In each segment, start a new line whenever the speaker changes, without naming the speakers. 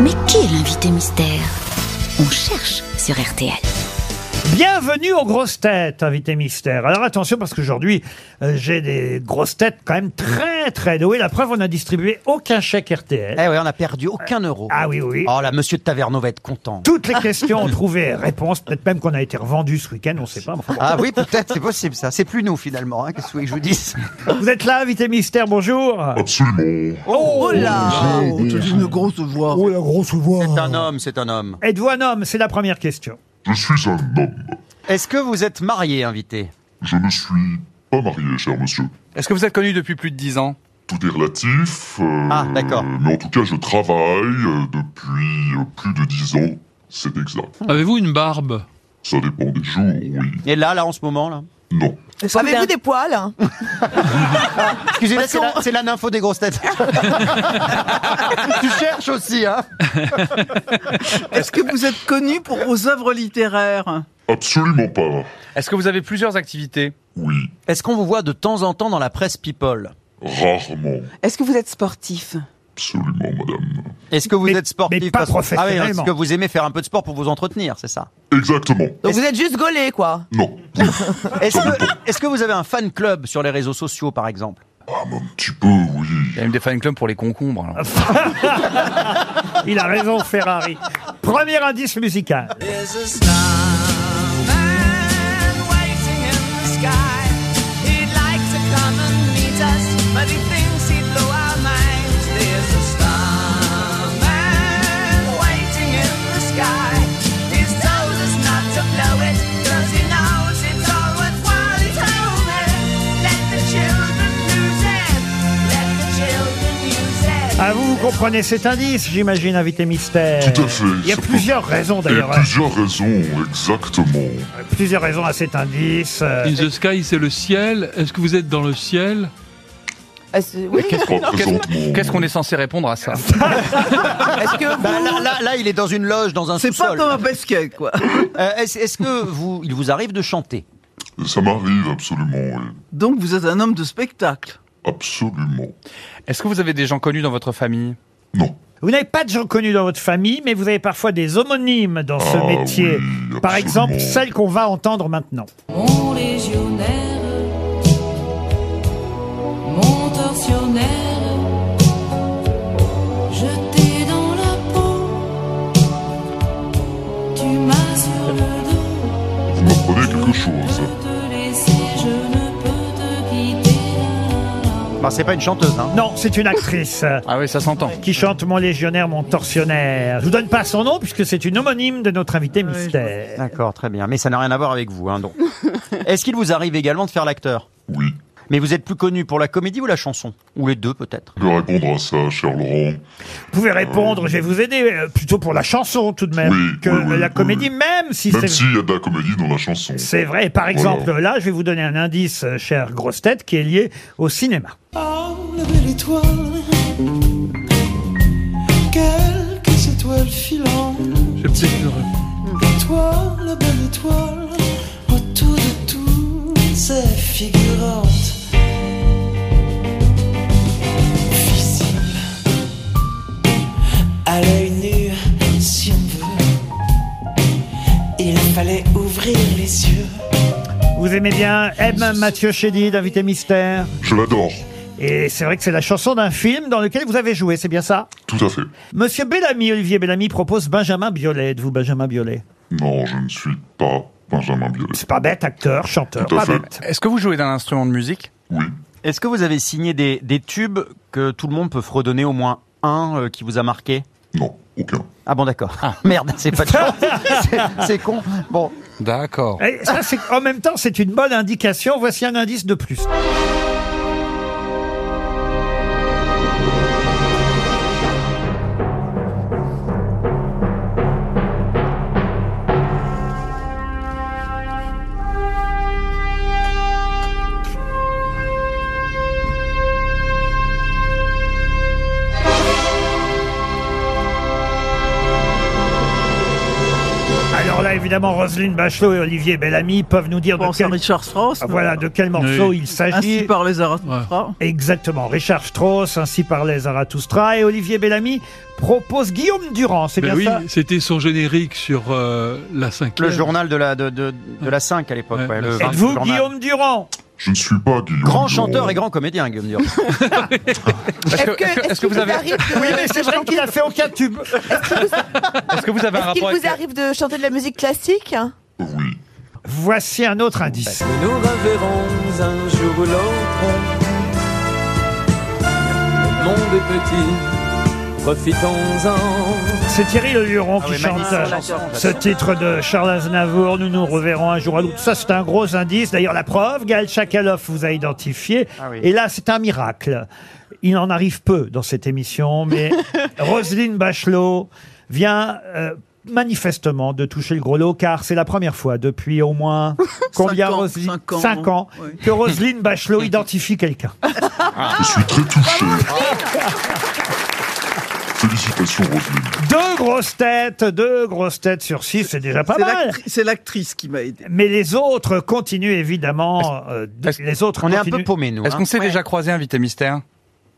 Mais qui est l'invité mystère On cherche sur RTL.
Bienvenue aux grosses têtes, invité mystère. Alors attention parce qu'aujourd'hui, euh, j'ai des grosses têtes quand même très très douées. La preuve, on a distribué aucun chèque RTL.
Eh oui, on a perdu aucun euro.
Ah oui, oui.
Oh là, monsieur de Taverneau va être content.
Toutes les questions ont trouvé réponse. Peut-être même qu'on a été revendu ce week-end, on ne sait pas. mais enfin bon.
Ah oui, peut-être, c'est possible ça. C'est plus nous finalement, hein, qu'est-ce que vous voulez que je vous dise
Vous êtes là, invité mystère, bonjour.
Absolument.
Oh là
Oh, t'as une grosse voix.
Oh, la grosse voix.
C'est un homme, c'est un homme.
Êtes-vous un homme C'est la première question.
Je suis un homme.
Est-ce que vous êtes marié, invité
Je ne suis pas marié, cher monsieur.
Est-ce que vous êtes connu depuis plus de 10 ans
Tout est relatif. euh,
Ah, d'accord.
Mais en tout cas, je travaille euh, depuis euh, plus de dix ans. C'est exact.
Avez-vous une barbe
Ça dépend des jours, oui.
Et là, là, en ce moment, là
Non.
Avez-vous des poils
Excusez-moi, c'est la, c'est la nympho des grosses têtes. tu cherches aussi, hein
Est-ce que vous êtes connu pour vos œuvres littéraires
Absolument pas.
Est-ce que vous avez plusieurs activités
Oui.
Est-ce qu'on vous voit de temps en temps dans la presse People
Rarement.
Est-ce que vous êtes sportif
Absolument, madame.
Est-ce que vous
Mais-
êtes sportif
mais pas
parce-
professionnellement.
Ah oui, est-ce que vous aimez faire un peu de sport pour vous entretenir, c'est ça
Exactement.
Donc vous êtes juste gaulé, quoi.
Non. Oui.
Est-ce que, est-ce que vous avez un fan club sur les réseaux sociaux, par exemple
Un petit peu, oui.
Il y a même des fan clubs pour les concombres. alors.
Il a raison, Ferrari. Premier indice musical.
There's a starman waiting in the sky. He'd like to come and meet us, but he thinks he'd blow our minds. There's a starman waiting in the sky. He's told us not to blow it, cause he knows it's all worthwhile. He's over. Let the children use it. Let the children use it.
Ah, vous, vous comprenez cet indice, j'imagine, invité mystère.
Tout à fait.
Il y a
Ça peut-
plusieurs raisons
Et
d'ailleurs. hein.
plusieurs raisons, exactement.
Plusieurs raisons à cet indice. euh,
In the sky, c'est le ciel. Est-ce que vous êtes dans le ciel
Est-ce oui.
Ah,
Pas présentement.
Qu'est-ce qu'on est censé répondre à ça
Est-ce que vous...
Bah, là, là, là, il est dans une loge, dans un
C'est pas
sous-sol.
comme un basket, quoi.
Euh, est-ce, est-ce que vous, il vous arrive de chanter
Ça m'arrive, absolument. oui.
Donc vous êtes un homme de spectacle.
Absolument.
Est-ce que vous avez des gens connus dans votre famille
Non.
Vous n'avez pas de gens connus dans votre famille, mais vous avez parfois des homonymes dans ce
Ah
métier.
oui,
Par exemple,
absolument.
celle qu'on va entendre maintenant.
Mon légionnaire, mon tortionnaire, jeté dans la peau, tu m'as sur le dos,
Vous m'apprenez quelque chose.
te laisser, je ne peux te quitter.
Bah, C'est pas une chanteuse, hein
Non, c'est une actrice euh,
Ah oui, ça s'entend.
qui chante Mon légionnaire, mon tortionnaire. Je vous donne pas son nom puisque c'est une homonyme de notre invité
je
mystère.
D'accord, très bien. Mais ça n'a rien à voir avec vous, hein, donc. Est-ce qu'il vous arrive également de faire l'acteur
Oui.
Mais vous êtes plus connu pour la comédie ou la chanson Ou les deux, peut-être
Je vais répondre à ça, cher Laurent.
Vous pouvez répondre, je vais vous aider, euh, plutôt pour la chanson tout de même
Oui,
que
oui, oui,
la
oui.
comédie, même si
Même
c'est...
s'il y a de la comédie dans la chanson.
C'est vrai. Et par exemple,
Voilà.
là, je vais vous donner un indice, euh, chère grosse tête, qui est lié au cinéma.
Oh, la belle étoile, quelle que soit étoile filante.
J'ai peut-être une ref-
Toi, la belle étoile, autour de tout, ces figurantes. Visible, à l'œil nu, si on veut. Il fallait ouvrir les yeux.
Vous aimez bien M. Mathieu Chédid, invité mystère
Je l'adore.
Et c'est vrai que c'est la chanson d'un film dans lequel vous avez joué, c'est bien ça
Tout à fait.
Monsieur Bellamy, Olivier Bellamy propose Benjamin Biolay. Êtes-vous Benjamin Biolay
Non, je ne suis pas Benjamin Biolay.
C'est pas bête, acteur, chanteur,
Tout à
pas
fait.
bête.
Est-ce que vous jouez d'un instrument de musique
Oui.
Est-ce que vous avez signé des, des tubes que tout le monde peut fredonner au moins un euh, qui vous a marqué
Non, aucun.
Ah bon, d'accord. Ah, merde, c'est pas de chance. c'est, c'est con. Bon,
D'accord.
Et ça, c'est, en même temps, c'est une bonne indication. Voici un indice de plus. Alors là, là, évidemment, Roselyne Bachelot et Olivier Bellamy peuvent nous dire de
pense à
quel,
Richard Strauss.
Ah, voilà, de quel morceau
Oui.
il s'agit.
Ainsi par les arabes.
Exactement. Richard Strauss, ainsi parlait Zarathustra. Et Olivier Bellamy propose Guillaume Durand, c'est
Ben
bien
oui,
ça
c'était son générique sur euh, la 5
Le journal de la, de, de, de la 5 à l'époque.
Ouais,
ouais,
la
le
5.
vaste
Êtes-vous
journal.
Guillaume Durand
Je ne suis pas Guillaume.
Grand
Durand.
chanteur et grand comédien, Guillaume Durand.
Est-ce que, est-ce que- est-ce que vous avez,
arrive
Oui, mais
de-
c'est vrai qu'il a fait aucun tube.
est-ce que vous avez
Est-ce
un
qu'il
rapport avec
vous arrive de chanter de la musique classique
Oui.
Voici un autre indice.
Nous reverrons un jour ou l'autre. Le monde est petit, profitons-en.
C'est Thierry Le
Ah
Luron qui
Ah oui,
chante
magnifique
euh,
chanson,
ce titre de Charles Aznavour. Nous nous reverrons un jour à l'autre. Ça, c'est un gros indice. D'ailleurs, la preuve, Gaël Chakaloff vous a identifié.
Ah oui.
Et là, c'est un miracle. Il en arrive peu dans cette émission, mais Roselyne Bachelot vient euh, manifestement de toucher le gros lot, car c'est la première fois depuis au moins combien
Cinq ans,
Roselyne
cinq ans.
Cinq ans,
Oui.
que Roselyne Bachelot identifie quelqu'un.
Je suis très touché. Félicitations, Roselyne.
Deux grosses têtes, deux grosses têtes sur six, c'est déjà pas
C'est
mal.
l'actri- C'est l'actrice qui m'a aidé.
Mais les autres continuent évidemment. euh, de-
est-ce-
les autres
On est un
continuent.
peu paumé, nous.
Est-ce
hein.
qu'on s'est déjà croisé invité mystère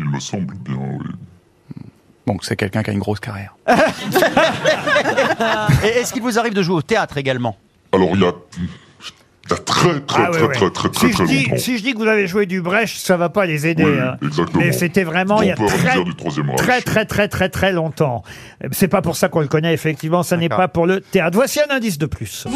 Il me semble bien, oui.
Bon, c'est quelqu'un qui a une grosse carrière.
Et est-ce qu'il vous arrive de jouer au théâtre également
Alors, il y a, il y a très, très,
Ah ouais,
très,
ouais.
très, très, très,
si, je
très longtemps.
dis, si je dis que vous avez joué du Brecht, ça va pas les aider.
Oui,
hein.
exactement.
Mais c'était vraiment il y a
On peut
très,
revenir du Troisième Reich.
très, très, très, très, très longtemps. Euh, C'est pas pour ça qu'on le connaît, effectivement. Ça n'est
D'accord.
pas pour le théâtre. Voici un indice de plus.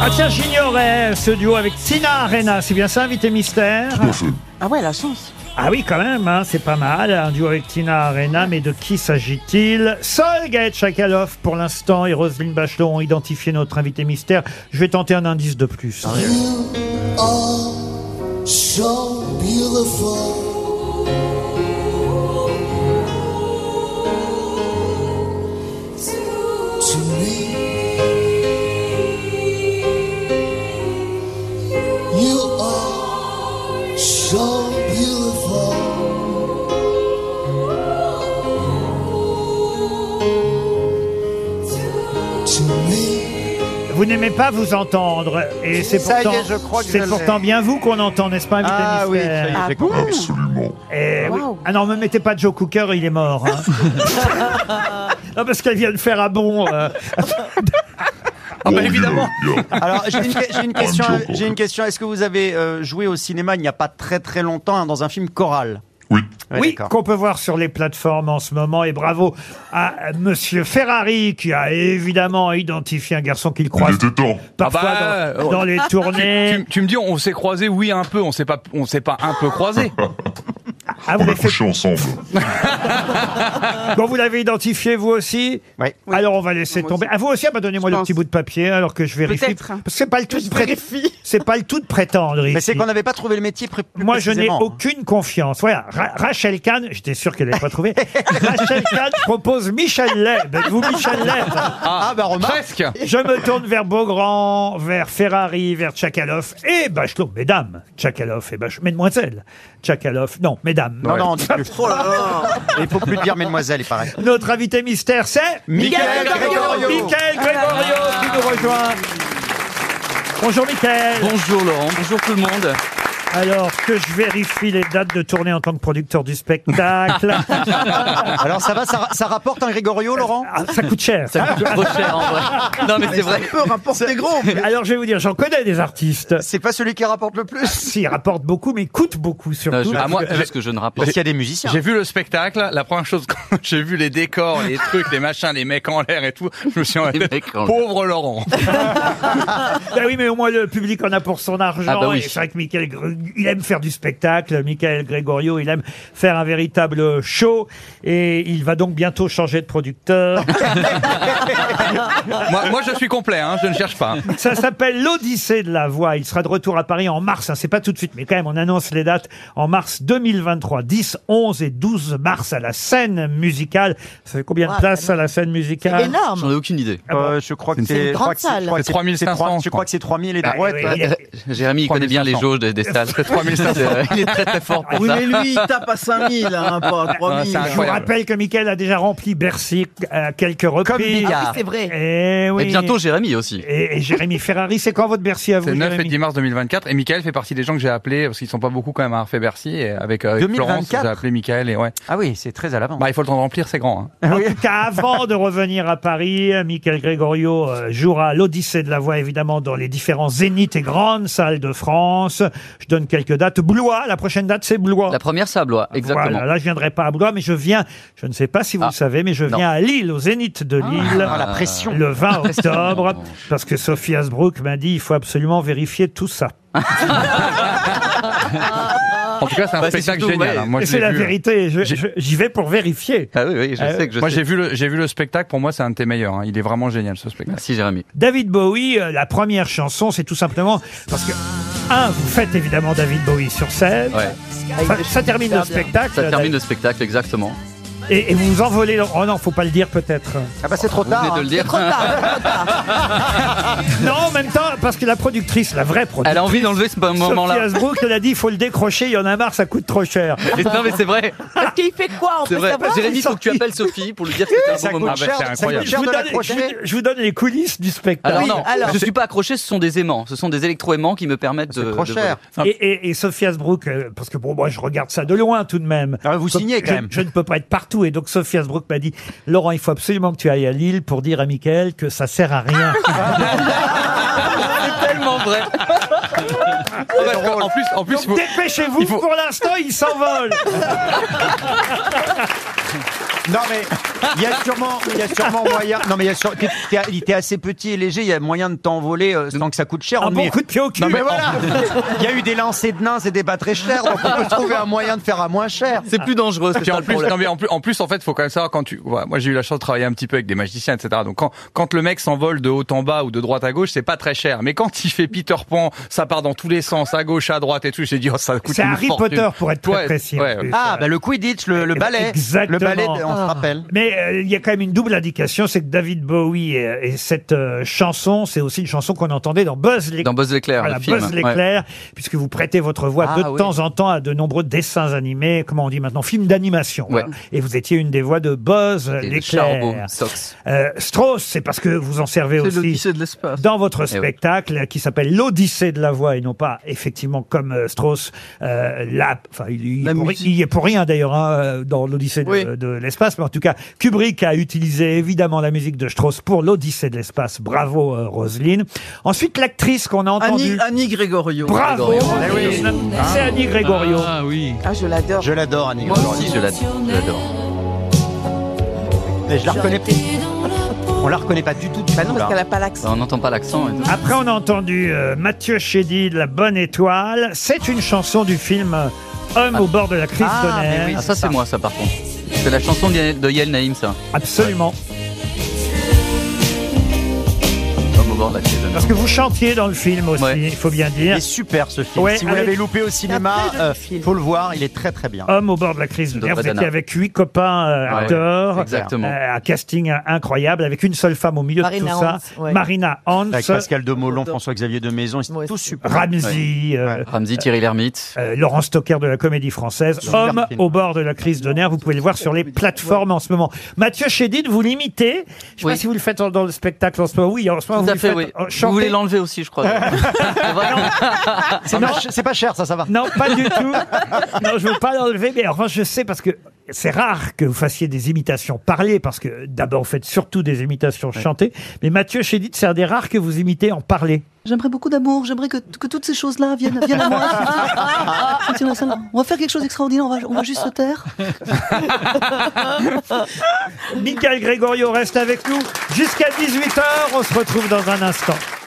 Ah tiens, j'ignorais ce duo avec Tina Arena. C'est bien ça, invité mystère
Tout à fait.
Ah ouais, la chance.
Ah oui, quand même, hein, c'est pas mal. Un duo avec Tina Arena, mais de qui s'agit-il Seul Gaët Chakalov, pour l'instant, et Roselyne Bachelot ont identifié notre invité mystère. Je vais tenter un indice de plus.
Ah
Vous n'aimez pas vous entendre, et c'est
Ça y est,
pourtant,
je crois que
c'est
je l'ai.
pourtant bien vous qu'on entend, n'est-ce pas, invité
Ah oui,
mystère
ça y est, j'ai
Ah
compris.
Absolument.
Eh oui. Ah non, me mettez pas Joe Cooker, il est mort. hein. non, parce qu'elle vient de faire un bon. euh,
Ah,
bah, évidemment.
Alors, j'ai une, j'ai une question.
Ah, Joe.
J'ai une question. Est-ce que vous avez euh, joué au cinéma il n'y a pas très très longtemps hein, dans un film choral
Oui.
Ouais,
oui,
d'accord.
qu'on peut voir sur les plateformes en ce moment. Et bravo à Monsieur Ferrari qui a évidemment identifié un garçon qu'il
Il
croise
était temps.
parfois
Ah bah,
dans,
euh,
dans les tournées.
Tu, tu me dis, on s'est croisé, oui, un peu, on s'est pas, on s'est pas un peu croisé.
Ah, vous
On a
l'avez fait-
couché ensemble.
bon, vous l'avez identifié vous aussi.
Ouais.
Alors on va laisser tomber. Ah, vous aussi, ah bah, donnez-moi le petit bout de papier alors que je vérifie.
Peut-être, hein.
Parce que c'est pas le tout de pré- C'est pas le tout de prétendre.
Mais
ici.
c'est qu'on n'avait pas trouvé le métier pré- plus
Moi, je n'ai
précisément. hein.
aucune confiance. Voilà, Ra- Rachel Kahn, j'étais sûr qu'elle n'avait pas trouvé. Rachel Kahn propose Michel Leb. Vous, Michel Leb
Ah, bah remarque.
Presque.
Je me tourne vers Beaugrand, vers Ferrari, vers Tchakalov et Bachelot. Mesdames, Tchakalov et Bachelot. Mesdemoiselles, Tchakalov. Non, mesdames.
Non, non, on dit plus.
Oh là là
Il faut plus dire mesdemoiselles, il paraît.
Notre invité mystère, c'est
Michael Gregorio.
Michael Gregorio qui nous rejoint. Bonjour Michael.
Bonjour Laurent, bonjour tout le monde.
Alors que je vérifie les dates de tournée en tant que producteur du spectacle.
Alors ça va, ça, ça rapporte un Gregorio, Laurent
Ah, ça coûte cher.
Ça coûte trop cher en vrai. Non mais c'est vrai.
Peu rapporte des gros
Alors je vais vous dire, j'en connais des artistes.
C'est pas celui qui rapporte le plus.
S'ils rapportent beaucoup, mais coûtent beaucoup surtout.
Ah, moi, j'ai-
que je ne
Parce qu'il y a des musiciens.
j'ai vu le spectacle, la première chose, quand j'ai vu les décors, les trucs, les machins, les mecs en l'air et tout, je me suis dit,
mecs en l'air.
pauvre Laurent.
Ben oui, Ah mais au moins le public en a pour son argent.
Ah bah oui.
Et C'est vrai que Michael Gr- il aime faire du spectacle, Michael Gregorio, il aime faire un véritable show, et il va donc bientôt changer de producteur.
moi, moi, je suis complet, hein, je ne cherche pas.
Ça s'appelle l'Odyssée de la voix. Il sera de retour à Paris en mars. hein. C'est pas tout de suite, mais quand même, on annonce les dates en mars 2023. 10, 11 et 12 mars à la scène musicale. Ça fait combien de
Wow,
places à la scène musicale Ah
J'en ai aucune idée.
Euh, je crois que
C'est une
c'est je
grande
crois que
salle.
je crois que
C'est 3500,
trois- Je
je
crois que c'est 3000 et
Bah,
ouais,
oui,
ouais.
il y a-
Jérémy, il connaît bien les
3500.
jauges des, des stades.
3500.
il est très très fort pour
Oui,
ça.
mais lui, il tape à 5000, hein, pas à 3000.
c'est
Je vous
incroyable.
rappelle que Michael a déjà rempli Bercy à quelques reprises. Eh
Bigard.
Ah oui, c'est vrai.
Et,
Et bientôt Jérémy aussi.
Et, et Jérémy Ferrari, c'est quand votre Bercy à vous
C'est 9 et
Jérémy
10 mars 2024. Et Michael fait partie des gens que j'ai appelés, parce qu'ils sont pas beaucoup quand même à Arfay Bercy. Et avec, euh, avec Florence,
2024.
j'ai appelé Michael. Et ouais.
Ah oui, c'est très à l'avant.
Bah, il faut le temps de remplir, c'est grand. hein.
En tout cas, avant de revenir à Paris, Michael Gregorio euh, jouera l'Odyssée de la voix, évidemment, dans les différents zéniths et grandes salles de France. Je donne quelques dates. Blois, la prochaine date, c'est Blois.
La première, c'est à Blois, exactement.
Voilà, là, je viendrai pas à Blois, mais je viens, je ne sais pas si vous
Ah.
le savez, mais je
Non.
viens à Lille, au Zénith de Lille.
Ah, la pression.
Le 20 octobre, parce que Sophie Asbrook m'a dit il faut absolument vérifier tout ça.
En tout cas, c'est un
Bah, c'est
spectacle
surtout,
génial.
ouais.
hein. Moi,
Et
je
c'est
l'ai
la
vu.
vérité, je-
J'ai-
je- j'y vais pour vérifier.
Ah oui, oui, je
Ah,
sais que je
euh, Moi,
sais.
j'ai vu le, j'ai vu le spectacle. Pour moi, c'est un de tes meilleurs. hein. Il est vraiment génial, ce spectacle.
Merci Jérémy.
David Bowie, euh, la première chanson, c'est tout simplement parce que, un, vous faites évidemment David Bowie sur scène.
Ouais.
Ça, ça termine le spectacle.
Ça termine
David.
le spectacle, exactement.
Et, et vous vous envolez. dans- Oh non, faut pas le dire peut-être.
Ah bah c'est trop
Vous venez
tard.
de
hein.
le dire.
Trop tard, trop tard.
non, en même temps, parce que la productrice, la vraie productrice.
Elle a envie d'enlever ce
Sophie
moment-là.
Hasbrook, elle a dit, il faut le décrocher, il y en a marre, ça coûte trop cher.
Et Non, mais c'est vrai.
Parce qu'il fait quoi On
C'est
peut
vrai.
savoir
Jérémy, faut que tu
sorti.
appelles Sophie pour lui dire que c'est
Ça
un bon moment.
coûte
bah,
cher,
c'est
ça coûte
incroyable.
Je
cher
vous,
de
donne,
l'accrocher.
je vous- je vous donne les coulisses du spectacle.
Alors
Oui,
non,
alors.
je suis pas accroché, ce sont des aimants. Ce sont des électroaimants qui me permettent de.
C'est trop
de
cher.
voler.
Et, et, et Sophie Asbrook, euh, parce que bon, moi je regarde ça de loin tout de même.
Ah, vous
Comme-
signez quand
je-
même.
Je ne peux pas être partout. Et donc Sophie Asbrook m'a dit Laurent, il faut absolument que tu ailles à Lille pour dire à Michael que ça sert à rien.
C'est tellement vrai.
Ah en plus, en plus,
Donc,
faut-
dépêchez-vous,
il faut-
pour l'instant il s'envole.
Non mais il y a sûrement, il y a sûrement moyen. Non mais il y a sûrement- t'es- t'es- il était assez petit et léger. Il y a moyen de t'envoler euh, sans que ça coûte cher.
Un
On
Ah bon
est-
coup de pied au cul.
Non mais voilà. Il y a eu des lancers de nains, c'est des pas très chers. Donc on peut trouver un moyen de faire à moins cher.
C'est plus dangereux. C'est
Puis
ça
en
le
plus,
problème.
non, mais en plus, en plus, en fait, faut quand même savoir quand tu. ouais, moi, j'ai eu la chance de travailler un petit peu avec des magiciens, etc. Donc, quand, quand le mec s'envole de haut en bas ou de droite à gauche, c'est pas très cher. Mais quand il fait Peter Pan, ça part dans tous les sens, à gauche, à droite et tout. J'ai dit, oh, ça coûte
C'est
une
Harry
fortune.
Potter pour être très
Ouais,
précis. en
ouais,
plus.
ouais.
Ah bah le Quidditch, le, le ballet,
Exactement.
le ballet, on se rappelle.
Mais euh, il y a quand même une double indication, c'est que David Bowie et, et cette euh, chanson, c'est aussi une chanson qu'on entendait dans Buzz l'éclair.
Dans Buzz l'éclair,
Voilà,
le film.
Buzz
ouais.
l'éclair, puisque vous prêtez votre voix
Ah,
de
oui.
temps en temps à de nombreux dessins animés, comment on dit maintenant, films d'animation.
Ouais.
voilà. Et vous étiez une des voix de Buzz
Et le Charbot,
l'éclair.
Sox.
Euh, Strauss, c'est parce que vous en servez
C'est
aussi
l'Odyssée de l'espace.
dans votre
Eh oui.
spectacle euh, qui s'appelle l'Odyssée de la voix et non pas effectivement comme euh, Strauss euh, la enfin il, il
La
est pour,
musique.
il y est pour rien d'ailleurs hein, euh, dans l'Odyssée de-
Oui.
de, l'espace mais en tout cas Kubrick a utilisé évidemment la musique de Strauss pour l'Odyssée de l'espace bravo euh, Roselyne ensuite l'actrice qu'on a entendue
Annie, Eh Annie Gregorio.
bravo Eh
Gregorio.
Roselyne. c'est Annie Gregorio
Ah oui.
Ah, je l'adore.
Je l'adore Annie.
Moi aussi, je l'adore. je l'adore.
Mais je la reconnais pas. On la reconnaît pas du tout du
Bah
tout,
non,
là.
parce qu'elle a pas l'accent.
On n'entend pas l'accent. et tout.
après on a entendu euh, Mathieu Chédid La Bonne Étoile c'est une chanson du film euh, Homme au bord de la crise
Ah, mais
d'honneur
oui,
Ah, ça, c'est moi, ça, par contre. C'est la chanson de Yael- de Yael Naïm, ça.
absolument
Comme au bord de la chaise.
Parce que vous chantiez dans le film aussi,
Ouais.
il faut bien
Il
dire.
est super ce film.
Ouais,
si vous
avec-
l'avez loupé au cinéma,
Il y a plein de
euh,
films.
faut le voir, il est très très bien.
Homme au bord de la crise de
D'autres
nerfs, vous étiez
nanas.
avec huit copains euh,
Ouais,
acteurs.
exactement.
Euh, un casting euh, incroyable avec une seule femme au milieu de
Marina
tout ça.
Hans, ouais.
Marina Hans,
Avec Pascal de Molon,
J'adore.
François-Xavier de Maison, ils sont
Moi
tous
aussi.
super.
Ramsey, euh,
Ramsey, Thierry Lhermitte.
euh, Laurent Stocker de la Comédie Française.
Super
Homme
film.
au bord de la crise de nerfs, vous pouvez le voir sur les plateformes en ce moment. Mathieu Chédid, vous l'imitez. Je sais
Oui.
pas si vous le faites dans, dans le spectacle en ce moment. Oui, en ce moment,
Tout
vous
à
le
fait,
faites
oui.
euh,
Vous
chanter.
voulez l'enlever aussi, je crois. C'est vrai.
C'est pas ch- c'est pas cher, ça, ça va.
Non, pas du tout. Non, je veux pas l'enlever, mais enfin, je sais parce que c'est rare que vous fassiez des imitations parlées, parce que d'abord, vous faites surtout des imitations chantées. Mais Mathieu Chédid, c'est un des rares que vous imitez en parler.
J'aimerais beaucoup d'amour, j'aimerais que, que toutes ces choses-là viennent, viennent à moi. Je tiens à ça. On va faire quelque chose d'extraordinaire, on va, on va juste se taire.
Michael Gregorio reste avec nous jusqu'à 18h. On se retrouve dans un instant.